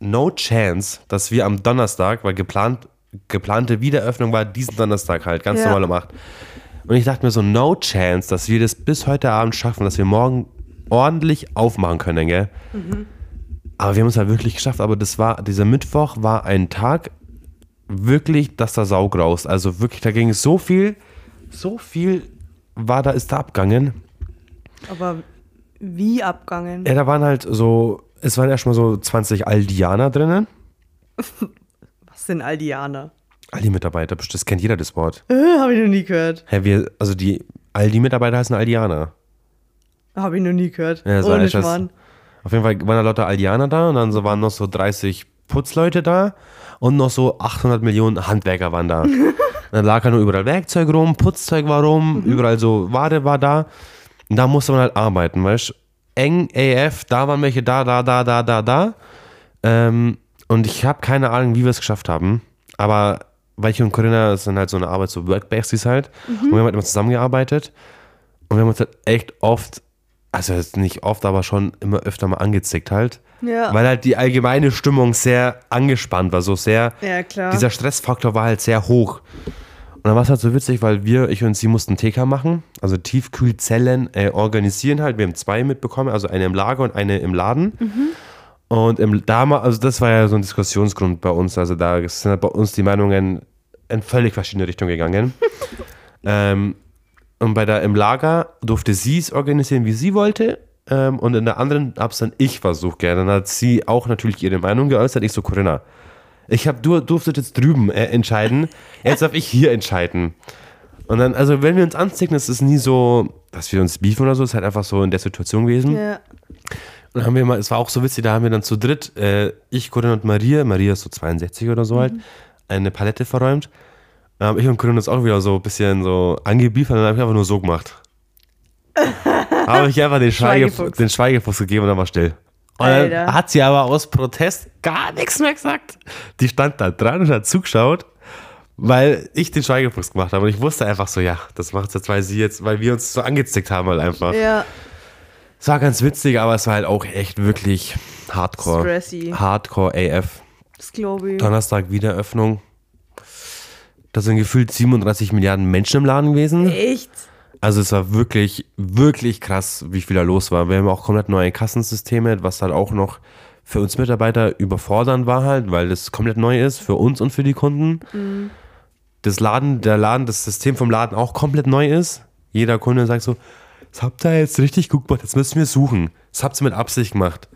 Speaker 3: no chance, dass wir am Donnerstag, weil geplant, geplante Wiederöffnung war diesen Donnerstag halt, ganz
Speaker 4: Ja.
Speaker 3: normal um 8. Und ich dachte mir so, no chance, dass wir das bis heute Abend schaffen, dass wir morgen ordentlich aufmachen können, gell? Aber wir haben es halt wirklich geschafft, aber das war, dieser Mittwoch war ein Tag, wirklich, dass da Sau graust. Also wirklich, da ging so viel, so viel war da, ist da abgangen. Äh.
Speaker 4: Aber wie abgangen?
Speaker 3: Ja, da waren halt so, es waren erstmal so 20 Aldianer drinnen.
Speaker 4: Was sind Aldianer?
Speaker 3: Aldi-Mitarbeiter, bestimmt, das kennt jeder das Wort.
Speaker 4: Äh, Habe ich noch nie gehört.
Speaker 3: Hä, wir, also die Aldi-Mitarbeiter heißen Aldianer.
Speaker 4: Habe ich noch nie gehört.
Speaker 3: Ja, das war
Speaker 4: Ohne
Speaker 3: echt das-
Speaker 4: Schmarrn.
Speaker 3: Auf jeden Fall waren da lauter Aldianer da und dann so waren noch so 30 Putzleute da und noch so 800 Millionen Handwerker waren da. dann lag ja nur überall Werkzeug rum, Putzzeug war rum, überall so Ware war da. Und da musste man halt arbeiten, weißt du? Eng AF, da waren welche da, da, da, da, da, da. Ähm, und ich habe keine Ahnung, wie wir es geschafft haben. Aber weil ich und Corinna das sind halt so eine Arbeit, so Workbasties halt. Und wir haben halt immer zusammengearbeitet. Und wir haben uns halt echt oft, also jetzt nicht oft, aber schon immer öfter mal angezickt halt.
Speaker 4: Ja.
Speaker 3: Weil halt die allgemeine Stimmung sehr angespannt war, so sehr.
Speaker 4: Ja, klar.
Speaker 3: Dieser Stressfaktor war halt sehr hoch. Und dann war es halt so witzig, weil wir, ich und sie mussten TK machen, also Tiefkühlzellen äh, organisieren halt. Wir haben zwei mitbekommen, also eine im Lager und eine im Laden.
Speaker 4: Mhm.
Speaker 3: Und im Dama, also das war ja so ein Diskussionsgrund bei uns. Also da sind halt bei uns die Meinungen in völlig verschiedene Richtungen gegangen. ähm, und bei der im Lager durfte sie es organisieren, wie sie wollte. Ähm, und in der anderen hab's dann ich versucht, gell. Dann hat sie auch natürlich ihre Meinung geäußert. Ich so, Corinna, ich hab, du durftest jetzt drüben äh, entscheiden. Jetzt darf ich hier entscheiden. Und dann, also wenn wir uns anzicken, ist es nie so, dass wir uns beefen oder so. Es ist halt einfach so in der Situation gewesen.
Speaker 4: ja.
Speaker 3: Und dann haben wir mal, es war auch so witzig, da haben wir dann zu dritt, äh, ich, Corinna und Maria, Maria ist so 62 oder so halt, eine Palette verräumt. Dann hab ich und Corinna uns auch wieder so ein bisschen so angebiefert und dann habe ich einfach nur so gemacht. habe ich einfach den, Schweige,
Speaker 4: Schweigefuchs.
Speaker 3: den Schweigefuchs gegeben und dann war still. Und
Speaker 4: Alter.
Speaker 3: dann hat sie aber aus Protest gar nichts mehr gesagt. Die stand da dran und hat zugeschaut, weil ich den Schweigefuchs gemacht habe. Und ich wusste einfach so, ja, das macht jetzt, weil sie jetzt, weil wir uns so angezickt haben halt einfach.
Speaker 4: Ja.
Speaker 3: Es war ganz witzig, aber es war halt auch echt wirklich Hardcore.
Speaker 4: Stressy.
Speaker 3: Hardcore AF.
Speaker 4: Das glaube ich.
Speaker 3: Donnerstag Wiederöffnung. Da sind gefühlt 37 Milliarden Menschen im Laden gewesen.
Speaker 4: Echt?
Speaker 3: Also es war wirklich, wirklich krass, wie viel da los war. Wir haben auch komplett neue Kassensysteme, was halt auch noch für uns Mitarbeiter überfordernd war halt, weil das komplett neu ist für uns und für die Kunden. Das Laden, der Laden, das System vom Laden auch komplett neu ist. Jeder Kunde sagt so, das habt ihr jetzt richtig gut gemacht, jetzt müssen wir suchen. Das habt ihr mit Absicht gemacht.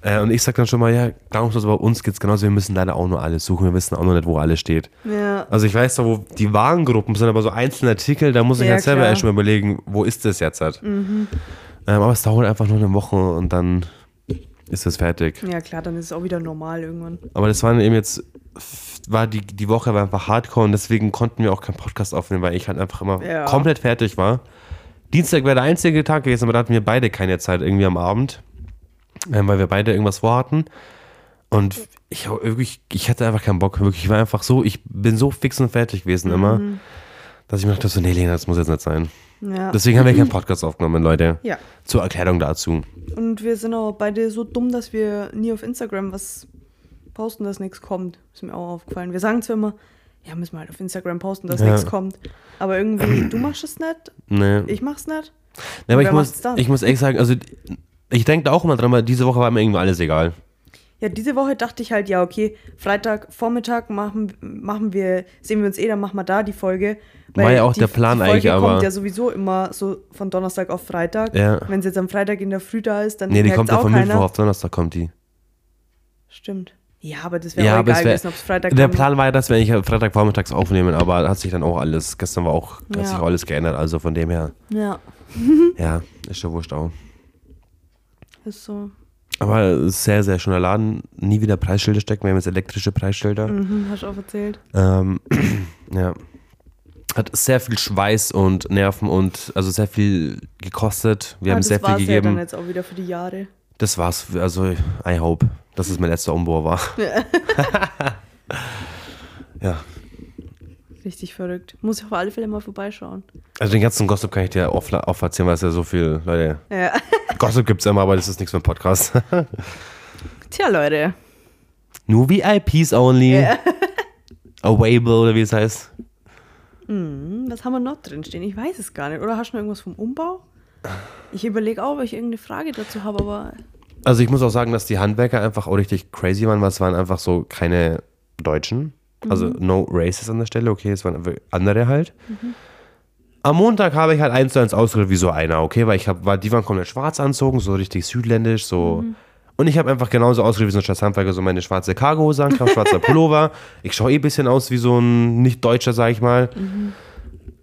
Speaker 3: Äh, und ich sag dann schon mal, ja, glaubst du, bei uns geht's genauso, wir müssen leider auch nur alles suchen, wir wissen auch noch nicht, wo alles steht.
Speaker 4: Ja.
Speaker 3: Also ich weiß doch, wo die Warengruppen sind, aber so einzelne Artikel, da muss ich
Speaker 4: Ja,
Speaker 3: halt selber
Speaker 4: klar. Mhm.
Speaker 3: erstmal überlegen, wo ist das jetzt halt. Ähm, aber es dauert einfach nur eine Woche und dann ist es fertig.
Speaker 4: Ja, klar, dann ist es auch wieder normal irgendwann.
Speaker 3: Aber das waren eben jetzt, war die, die Woche war einfach hardcore und deswegen konnten wir auch keinen Podcast aufnehmen, weil ich halt einfach immer
Speaker 4: Ja.
Speaker 3: komplett fertig war. Dienstag wäre der einzige Tag gewesen, aber da hatten wir beide keine Zeit irgendwie am Abend, ähm, weil wir beide irgendwas vorhatten. Und ich, hab wirklich, ich hatte einfach keinen Bock, wirklich. Ich war einfach so, ich bin so fix und fertig gewesen immer,
Speaker 4: Mhm.
Speaker 3: dass ich mir dachte, so, nee, Lena, das muss jetzt nicht sein.
Speaker 4: Ja.
Speaker 3: Deswegen haben wir keinen Podcast aufgenommen, Leute.
Speaker 4: Ja.
Speaker 3: Zur Erklärung dazu.
Speaker 4: Und wir sind auch beide so dumm, dass wir nie auf Instagram was posten, dass nichts kommt. Ist mir auch aufgefallen. Wir sagen zwar immer, ja, müssen wir halt auf Instagram posten, dass
Speaker 3: Ja.
Speaker 4: nichts kommt. Aber irgendwie, du machst es nicht,
Speaker 3: Nee.
Speaker 4: ich mach's nicht.
Speaker 3: Ja, aber
Speaker 4: Wer
Speaker 3: ich muss,
Speaker 4: macht's dann?
Speaker 3: ich muss echt sagen, also ich denke da auch immer dran, weil diese Woche war mir irgendwie alles egal.
Speaker 4: Ja, diese Woche dachte ich halt, ja, okay, Freitag, Vormittag machen, machen wir, sehen wir uns eh, dann machen wir da die Folge.
Speaker 3: War ja auch
Speaker 4: die,
Speaker 3: der Plan
Speaker 4: die Folge
Speaker 3: eigentlich, aber-
Speaker 4: kommt ja sowieso immer so von Donnerstag auf Freitag.
Speaker 3: Ja.
Speaker 4: Wenn es jetzt am Freitag in der Früh da ist, dann
Speaker 3: Nee, die
Speaker 4: merkt's
Speaker 3: kommt ja
Speaker 4: auch
Speaker 3: von
Speaker 4: keiner.
Speaker 3: Mittwoch auf Donnerstag kommt die.
Speaker 4: Stimmt. Ja, aber das
Speaker 3: Ja,
Speaker 4: wäre auch
Speaker 3: aber
Speaker 4: egal
Speaker 3: es wär,
Speaker 4: gewesen, ob es Freitag
Speaker 3: Der
Speaker 4: kommt.
Speaker 3: Plan war ja, dass wir eigentlich Freitagvormittags aufnehmen, aber hat sich dann auch alles, gestern war auch,
Speaker 4: Ja.
Speaker 3: hat sich auch alles geändert, also von dem her,
Speaker 4: Ja,
Speaker 3: ja, ist schon wurscht auch.
Speaker 4: ist so.
Speaker 3: Aber sehr, sehr schöner Laden. Nie wieder Preisschilder stecken. Wir haben jetzt elektrische Preisschilder.
Speaker 4: Mhm, hast du auch erzählt.
Speaker 3: Ähm, ja. Hat sehr viel Schweiß und Nerven und also sehr viel gekostet. Wir
Speaker 4: Ah,
Speaker 3: haben
Speaker 4: das
Speaker 3: sehr viel
Speaker 4: war's ja dann
Speaker 3: gegeben.
Speaker 4: jetzt auch wieder für die Jahre.
Speaker 3: das war's. Also, I hope, dass es mein letzter Umbau war. ja.
Speaker 4: Richtig verrückt. Muss ich auf alle Fälle mal vorbeischauen.
Speaker 3: Also, den ganzen Gossip kann ich dir off, off erzählen, weil es ja so viel, Leute.
Speaker 4: Ja.
Speaker 3: Gossip gibt's immer, aber das ist nichts für einen Podcast.
Speaker 4: Tja, Leute.
Speaker 3: Nur VIPs only. Awable oder wie es heißt.
Speaker 4: Hm, Was haben wir noch drinstehen? Ich weiß es gar nicht. Oder hast du noch irgendwas vom Umbau? Ich überlege auch, ob ich irgendeine Frage dazu habe, aber
Speaker 3: Also ich muss auch sagen, dass die Handwerker einfach auch richtig crazy waren, weil es waren einfach so keine Deutschen. Also no races an der Stelle, okay, es waren einfach andere halt. Am Montag habe ich halt eins zu eins ausgerüstet wie so einer, okay, weil ich habe, war, die waren komplett schwarz anzogen, so richtig südländisch, so. Und ich habe einfach genauso ausgerüstet wie so ein Stadthandwerker, so meine schwarze Cargohose ankam, schwarzer Pullover. Ich schaue eh ein bisschen aus wie so ein Nicht-Deutscher, sag ich mal. Und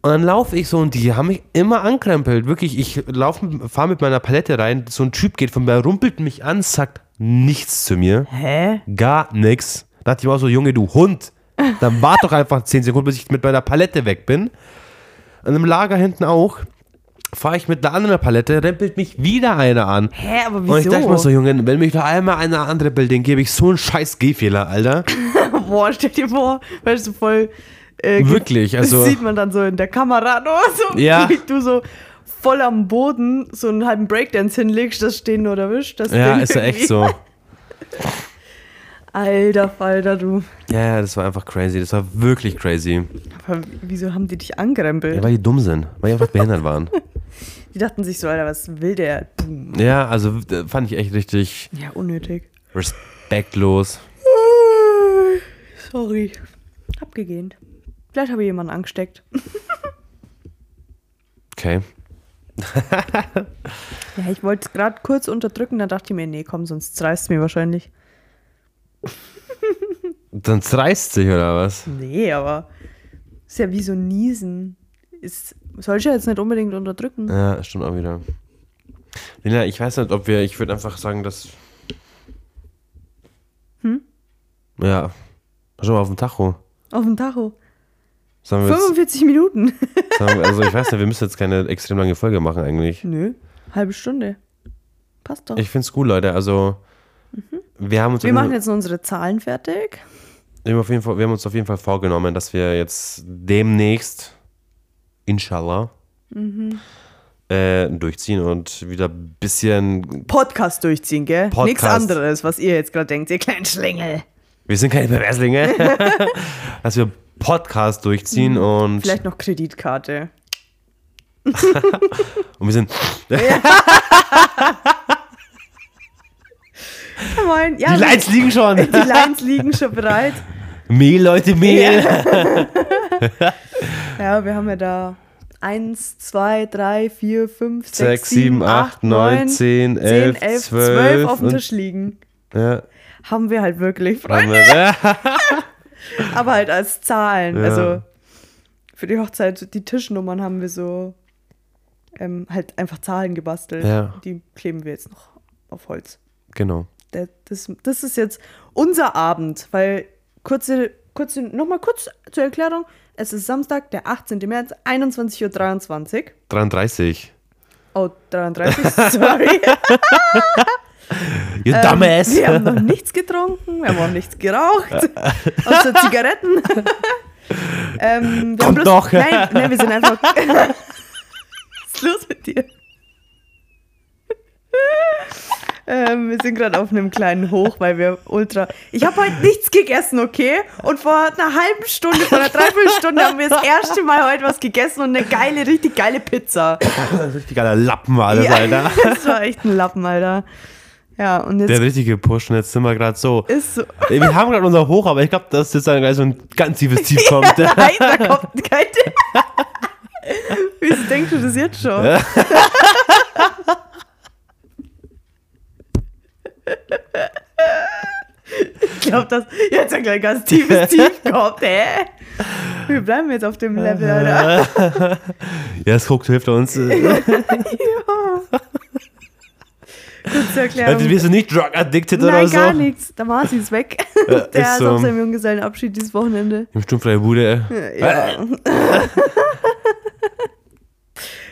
Speaker 3: dann laufe ich so und die haben mich immer ankrempelt. Wirklich, ich laufe, fahre mit meiner Palette rein. So ein Typ geht von mir, rumpelt mich an, sagt nichts zu mir.
Speaker 4: Hä?
Speaker 3: Gar nichts. Da dachte ich mir auch so, Junge, du Hund. Dann wart doch einfach 10 Sekunden, bis ich mit meiner Palette weg bin. Und im Lager hinten auch fahre ich mit einer anderen Palette, rempelt mich wieder einer an.
Speaker 4: Hä, aber
Speaker 3: Und ich
Speaker 4: wieso?
Speaker 3: dachte mir so, Junge, wenn mich noch einmal einer andere den gebe ich so einen scheiß Gehfehler, Alter.
Speaker 4: Boah, stell dir vor, weißt du, voll. Äh,
Speaker 3: Wirklich,
Speaker 4: das
Speaker 3: also-
Speaker 4: sieht man dann so in der Kamera oder so.
Speaker 3: Ja.
Speaker 4: Wie du so voll am Boden so einen halben Breakdance hinlegst, das stehen oder wisch. Das
Speaker 3: Ja,
Speaker 4: Ding
Speaker 3: ist ja echt
Speaker 4: irgendwie.
Speaker 3: so.
Speaker 4: Alter Falter, du.
Speaker 3: Ja, ja, das war einfach crazy. Das war wirklich crazy.
Speaker 4: Aber wieso haben die dich
Speaker 3: Ja,
Speaker 4: angerempelt?
Speaker 3: weil die dumm sind, weil die einfach behindert waren.
Speaker 4: die dachten sich so, Alter, was will der? Boom.
Speaker 3: Ja, also äh, fand ich echt richtig
Speaker 4: Ja, unnötig.
Speaker 3: respektlos.
Speaker 4: Sorry. Abgegähnt. Vielleicht habe ich jemanden angesteckt.
Speaker 3: Okay.
Speaker 4: Ja, ich wollte es gerade kurz unterdrücken, dann dachte ich mir, nee, komm, sonst zerreißt es mir wahrscheinlich.
Speaker 3: Dann reißt sich oder was?
Speaker 4: Nee, aber ist ja wie so ein Niesen. Ist, soll ich ja jetzt nicht unbedingt unterdrücken.
Speaker 3: Ja, stimmt auch wieder. Lena, ich weiß nicht, ob wir. Ich würde einfach sagen, dass. Hm? Ja. Schon mal auf dem Tacho.
Speaker 4: Auf dem Tacho.
Speaker 3: Sagen wir jetzt,
Speaker 4: 45 Minuten.
Speaker 3: sagen wir, also ich weiß nicht, wir müssen jetzt keine extrem lange Folge machen eigentlich.
Speaker 4: Nö, halbe Stunde. Passt doch.
Speaker 3: Ich find's cool, Leute. Also wir haben uns
Speaker 4: Mhm. wir machen jetzt nur unsere Zahlen fertig.
Speaker 3: Wir haben, auf jeden Fall, wir haben uns auf jeden Fall vorgenommen, dass wir jetzt demnächst, inshallah, Mhm. äh, durchziehen und wieder ein bisschen.
Speaker 4: Podcast durchziehen, gell?
Speaker 3: Podcast.
Speaker 4: Nichts anderes, was ihr jetzt gerade denkt, ihr kleinen Schlingel.
Speaker 3: Wir sind keine Perverslinge. dass wir Podcast durchziehen und,
Speaker 4: Vielleicht noch Kreditkarte.
Speaker 3: und wir sind.
Speaker 4: Ja, moin. Ja,
Speaker 3: Die Lines liegen schon!
Speaker 4: die Lines liegen schon bereit.
Speaker 3: Mehl, Leute, Mehl!
Speaker 4: Ja, wir haben ja da 1, 2, 3, 4, 5, 6,
Speaker 3: Sechs,
Speaker 4: 7,
Speaker 3: sieben,
Speaker 4: 8,
Speaker 3: acht, neun,
Speaker 4: 9,
Speaker 3: zehn,
Speaker 4: 10,
Speaker 3: elf,
Speaker 4: 11, 12
Speaker 3: zwölf
Speaker 4: auf dem
Speaker 3: und-
Speaker 4: Tisch liegen.
Speaker 3: Ja,
Speaker 4: Haben wir halt wirklich, Freunde,
Speaker 3: haben wir, ne?
Speaker 4: aber halt als Zahlen.
Speaker 3: Ja.
Speaker 4: Also für die Hochzeit, die Tischnummern haben wir so ähm, halt einfach Zahlen gebastelt.
Speaker 3: Ja.
Speaker 4: Die kleben wir jetzt noch auf Holz.
Speaker 3: Genau.
Speaker 4: Da- Das, das ist jetzt unser Abend, weil kurze, kurze, nochmal kurz zur Erklärung. Es ist Samstag, der 18. März, 21.23 Uhr.
Speaker 3: 33.
Speaker 4: Oh, 33, sorry.
Speaker 3: You dumbass!
Speaker 4: Ähm, Wir haben noch nichts getrunken, wir haben auch nichts geraucht, außer Zigaretten. ähm, wir haben
Speaker 3: Kommt
Speaker 4: bloß,
Speaker 3: noch.
Speaker 4: Nein, nein, wir sind einfach... Was ist los mit dir? Ähm, wir sind gerade auf einem kleinen Hoch, weil wir ultra. Ich habe heute nichts gegessen, okay? Und vor einer halben Stunde, vor einer Dreiviertelstunde haben wir das erste Mal heute was gegessen und eine geile, richtig geile Pizza.
Speaker 3: Richtig geiler Lappen war alles, Alter.
Speaker 4: Das war echt ein Lappen, Alter. Ja, und
Speaker 3: Der hat
Speaker 4: jetzt
Speaker 3: richtig gepusht und jetzt sind wir gerade so.
Speaker 4: ist so.
Speaker 3: Ey, Wir haben gerade unser Hoch, aber ich glaube, dass jetzt dann gleich so ein ganz tiefes Tief kommt. ne?
Speaker 4: Nein, da kommt kein. Wieso denkst du das jetzt schon? ich glaube, dass jetzt ein ganz tiefes Tief kommt, hä? Wir bleiben jetzt auf dem Level, Alter.
Speaker 3: Ja, das guckt, hilft uns. äh,
Speaker 4: Kurze Erklärung.
Speaker 3: Also, Wirst du nicht drug addicted
Speaker 4: Nein,
Speaker 3: oder so?
Speaker 4: gar nichts. Da war sie es weg. Der
Speaker 3: ist
Speaker 4: ist
Speaker 3: so.
Speaker 4: auf seinem Junggesellenabschied dieses Wochenende.
Speaker 3: Im Stummfreie Bude. ey.
Speaker 4: Ja.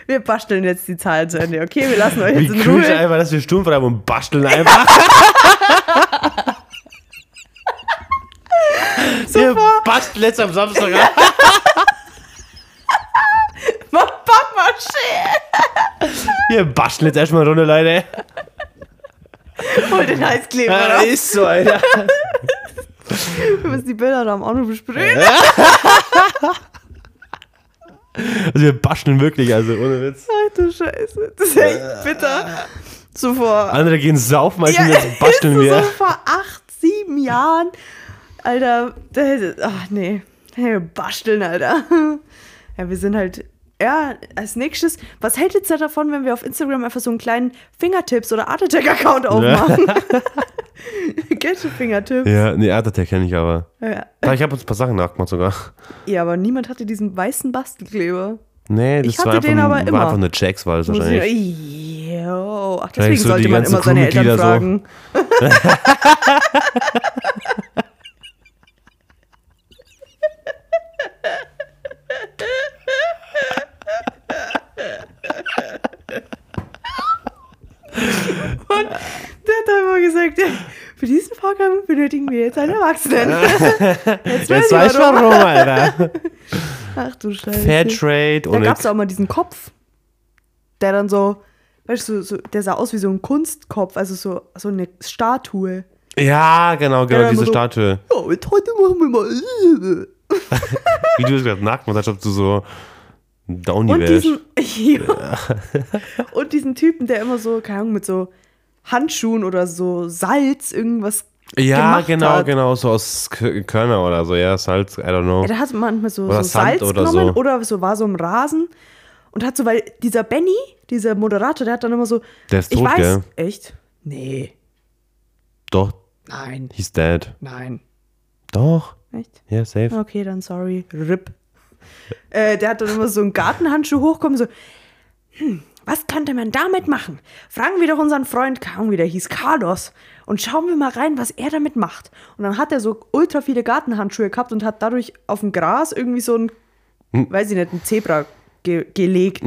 Speaker 4: wir basteln jetzt die Zahlen zu Ende, okay? Wir lassen euch
Speaker 3: Wie
Speaker 4: jetzt in
Speaker 3: cringe
Speaker 4: Ruhe.
Speaker 3: einfach, dass wir stummfrei haben und basteln einfach. Super. Ihr bastelt jetzt am Samstag ab.
Speaker 4: Mach Pappmaché!
Speaker 3: Ihr basteln jetzt erstmal eine Runde, Leute.
Speaker 4: Hol den Heißkleber
Speaker 3: Ja,
Speaker 4: raus.
Speaker 3: ist so, Alter.
Speaker 4: Wir müssen die Bilder da am Auto besprühen.
Speaker 3: Also wir basteln wirklich, also ohne Witz.
Speaker 4: Ach du Scheiße. Das ist echt bitter. So vor.
Speaker 3: Andere gehen saufen, als
Speaker 4: Ja,
Speaker 3: jetzt
Speaker 4: ist
Speaker 3: basteln
Speaker 4: so
Speaker 3: wir.
Speaker 4: So vor acht, sieben Jahren. Alter, da hätte. Ach nee. Hey, basteln, Alter. Ja, wir sind halt. Ja, als nächstes, was hältst du davon, wenn wir auf Instagram einfach so einen kleinen Fingertips- oder Art Attack-Account aufmachen? Kennst du Fingertips?
Speaker 3: Ja, nee, Art Attack kenne ich aber.
Speaker 4: Ja.
Speaker 3: Aber ich habe uns ein paar Sachen nachgemacht sogar.
Speaker 4: ja, aber niemand hatte diesen weißen Bastelkleber.
Speaker 3: Nee, das
Speaker 4: Ich hatte
Speaker 3: war, einfach,
Speaker 4: den aber
Speaker 3: war
Speaker 4: immer.
Speaker 3: einfach eine Jackswahl
Speaker 4: Muss ich-
Speaker 3: wahrscheinlich.
Speaker 4: Jo. Ach,
Speaker 3: Vielleicht
Speaker 4: deswegen
Speaker 3: so die
Speaker 4: sollte man
Speaker 3: ganzen
Speaker 4: immer seine
Speaker 3: Crewmitglieder
Speaker 4: Eltern
Speaker 3: so.
Speaker 4: fragen. Und der hat einfach gesagt, ja, für diesen Vorgang benötigen wir jetzt einen Erwachsenen.
Speaker 3: Äh.
Speaker 4: jetzt
Speaker 3: Jetzt
Speaker 4: weiß ich warum.
Speaker 3: Alter.
Speaker 4: Ach du Scheiße.
Speaker 3: Fairtrade
Speaker 4: Da
Speaker 3: und
Speaker 4: gab es auch mal diesen Kopf, der dann so, weißt du, so, der sah aus wie so ein Kunstkopf, also so, so eine Statue.
Speaker 3: Ja, genau, genau,
Speaker 4: Ja,
Speaker 3: diese
Speaker 4: aber so-
Speaker 3: Statue.
Speaker 4: Ja, jetzt heute machen wir
Speaker 3: äh.
Speaker 4: mal.
Speaker 3: Wie du es gerade nachgemacht hast, als ob du so ein Downy
Speaker 4: Und
Speaker 3: wärst.
Speaker 4: diesen, ja. und diesen Typen, der immer so, keine Ahnung, mit so Handschuhen oder so Salz irgendwas
Speaker 3: Ja,
Speaker 4: gemacht
Speaker 3: genau,
Speaker 4: hat.
Speaker 3: genau, so aus K- Körner oder so, ja, Salz, I don't know.
Speaker 4: Ja, der hat manchmal so,
Speaker 3: Oder
Speaker 4: so
Speaker 3: Sand
Speaker 4: Salz
Speaker 3: oder
Speaker 4: genommen
Speaker 3: so.
Speaker 4: oder so war so im Rasen und hat so, weil dieser Benny, dieser Moderator, der hat dann immer so,
Speaker 3: Der ist
Speaker 4: ich
Speaker 3: tot,
Speaker 4: weiß,
Speaker 3: gell?
Speaker 4: echt? Nee,
Speaker 3: Doch,
Speaker 4: nein,
Speaker 3: he's dead.
Speaker 4: nein,
Speaker 3: Doch,
Speaker 4: echt?
Speaker 3: ja, safe.
Speaker 4: Okay, dann sorry. RIP. Äh, der hat dann immer so einen Gartenhandschuh hochkommen, so, hm, was könnte man damit machen? Fragen wir doch unseren Freund, keine Ahnung, wie der hieß, Carlos, und schauen wir mal rein, was er damit macht. Und dann hat er so ultra viele Gartenhandschuhe gehabt und hat dadurch auf dem Gras irgendwie so ein, weiß ich nicht, ein Zebra ge gelegt.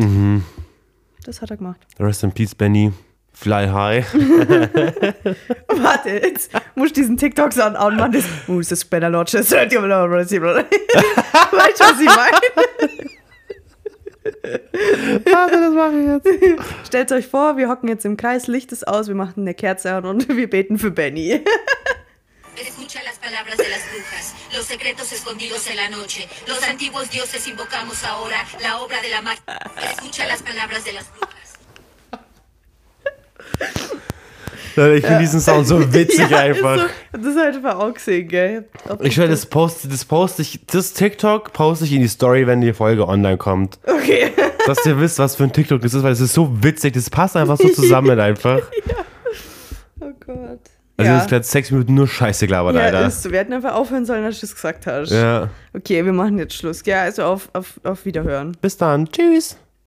Speaker 4: Das hat er gemacht.
Speaker 3: Rest in peace, Benny. Fly high.
Speaker 4: Warte, jetzt muss ich diesen TikToks an anmachen. Das, oh, ist das Better Lodge? Weißt du, was ich meine?
Speaker 3: Warte, das mache ich jetzt.
Speaker 4: Stellt euch vor, wir hocken jetzt im Kreis, Licht ist aus, wir machen eine Kerze an und wir beten für Benny.
Speaker 6: Escucha las palabras de las brujas, los secretos escondidos en la noche, los antiguos dioses invocamos ahora la obra de la magia. Escucha las palabras de las brujas.
Speaker 3: Leute, ich finde diesen Sound so witzig einfach.
Speaker 4: Ist so, das ist halt verauxing, gell? Ob-
Speaker 3: Ich höre das poste, das poste ich, das TikTok poste ich in die Story, wenn die Folge online kommt.
Speaker 4: Okay.
Speaker 3: Dass ihr wisst, was für ein TikTok das ist, weil es ist so witzig, das passt einfach so zusammen einfach.
Speaker 4: Oh Gott.
Speaker 3: Also
Speaker 4: ja,
Speaker 3: das ist gerade sechs Minuten nur Scheiße gelabert,
Speaker 4: ja
Speaker 3: Alter.
Speaker 4: ist, so. wir hätten einfach aufhören sollen, als du es gesagt hast.
Speaker 3: ja.
Speaker 4: Okay, wir machen jetzt Schluss. Ja, also auf, auf, auf Wiederhören.
Speaker 3: Bis dann. Tschüss.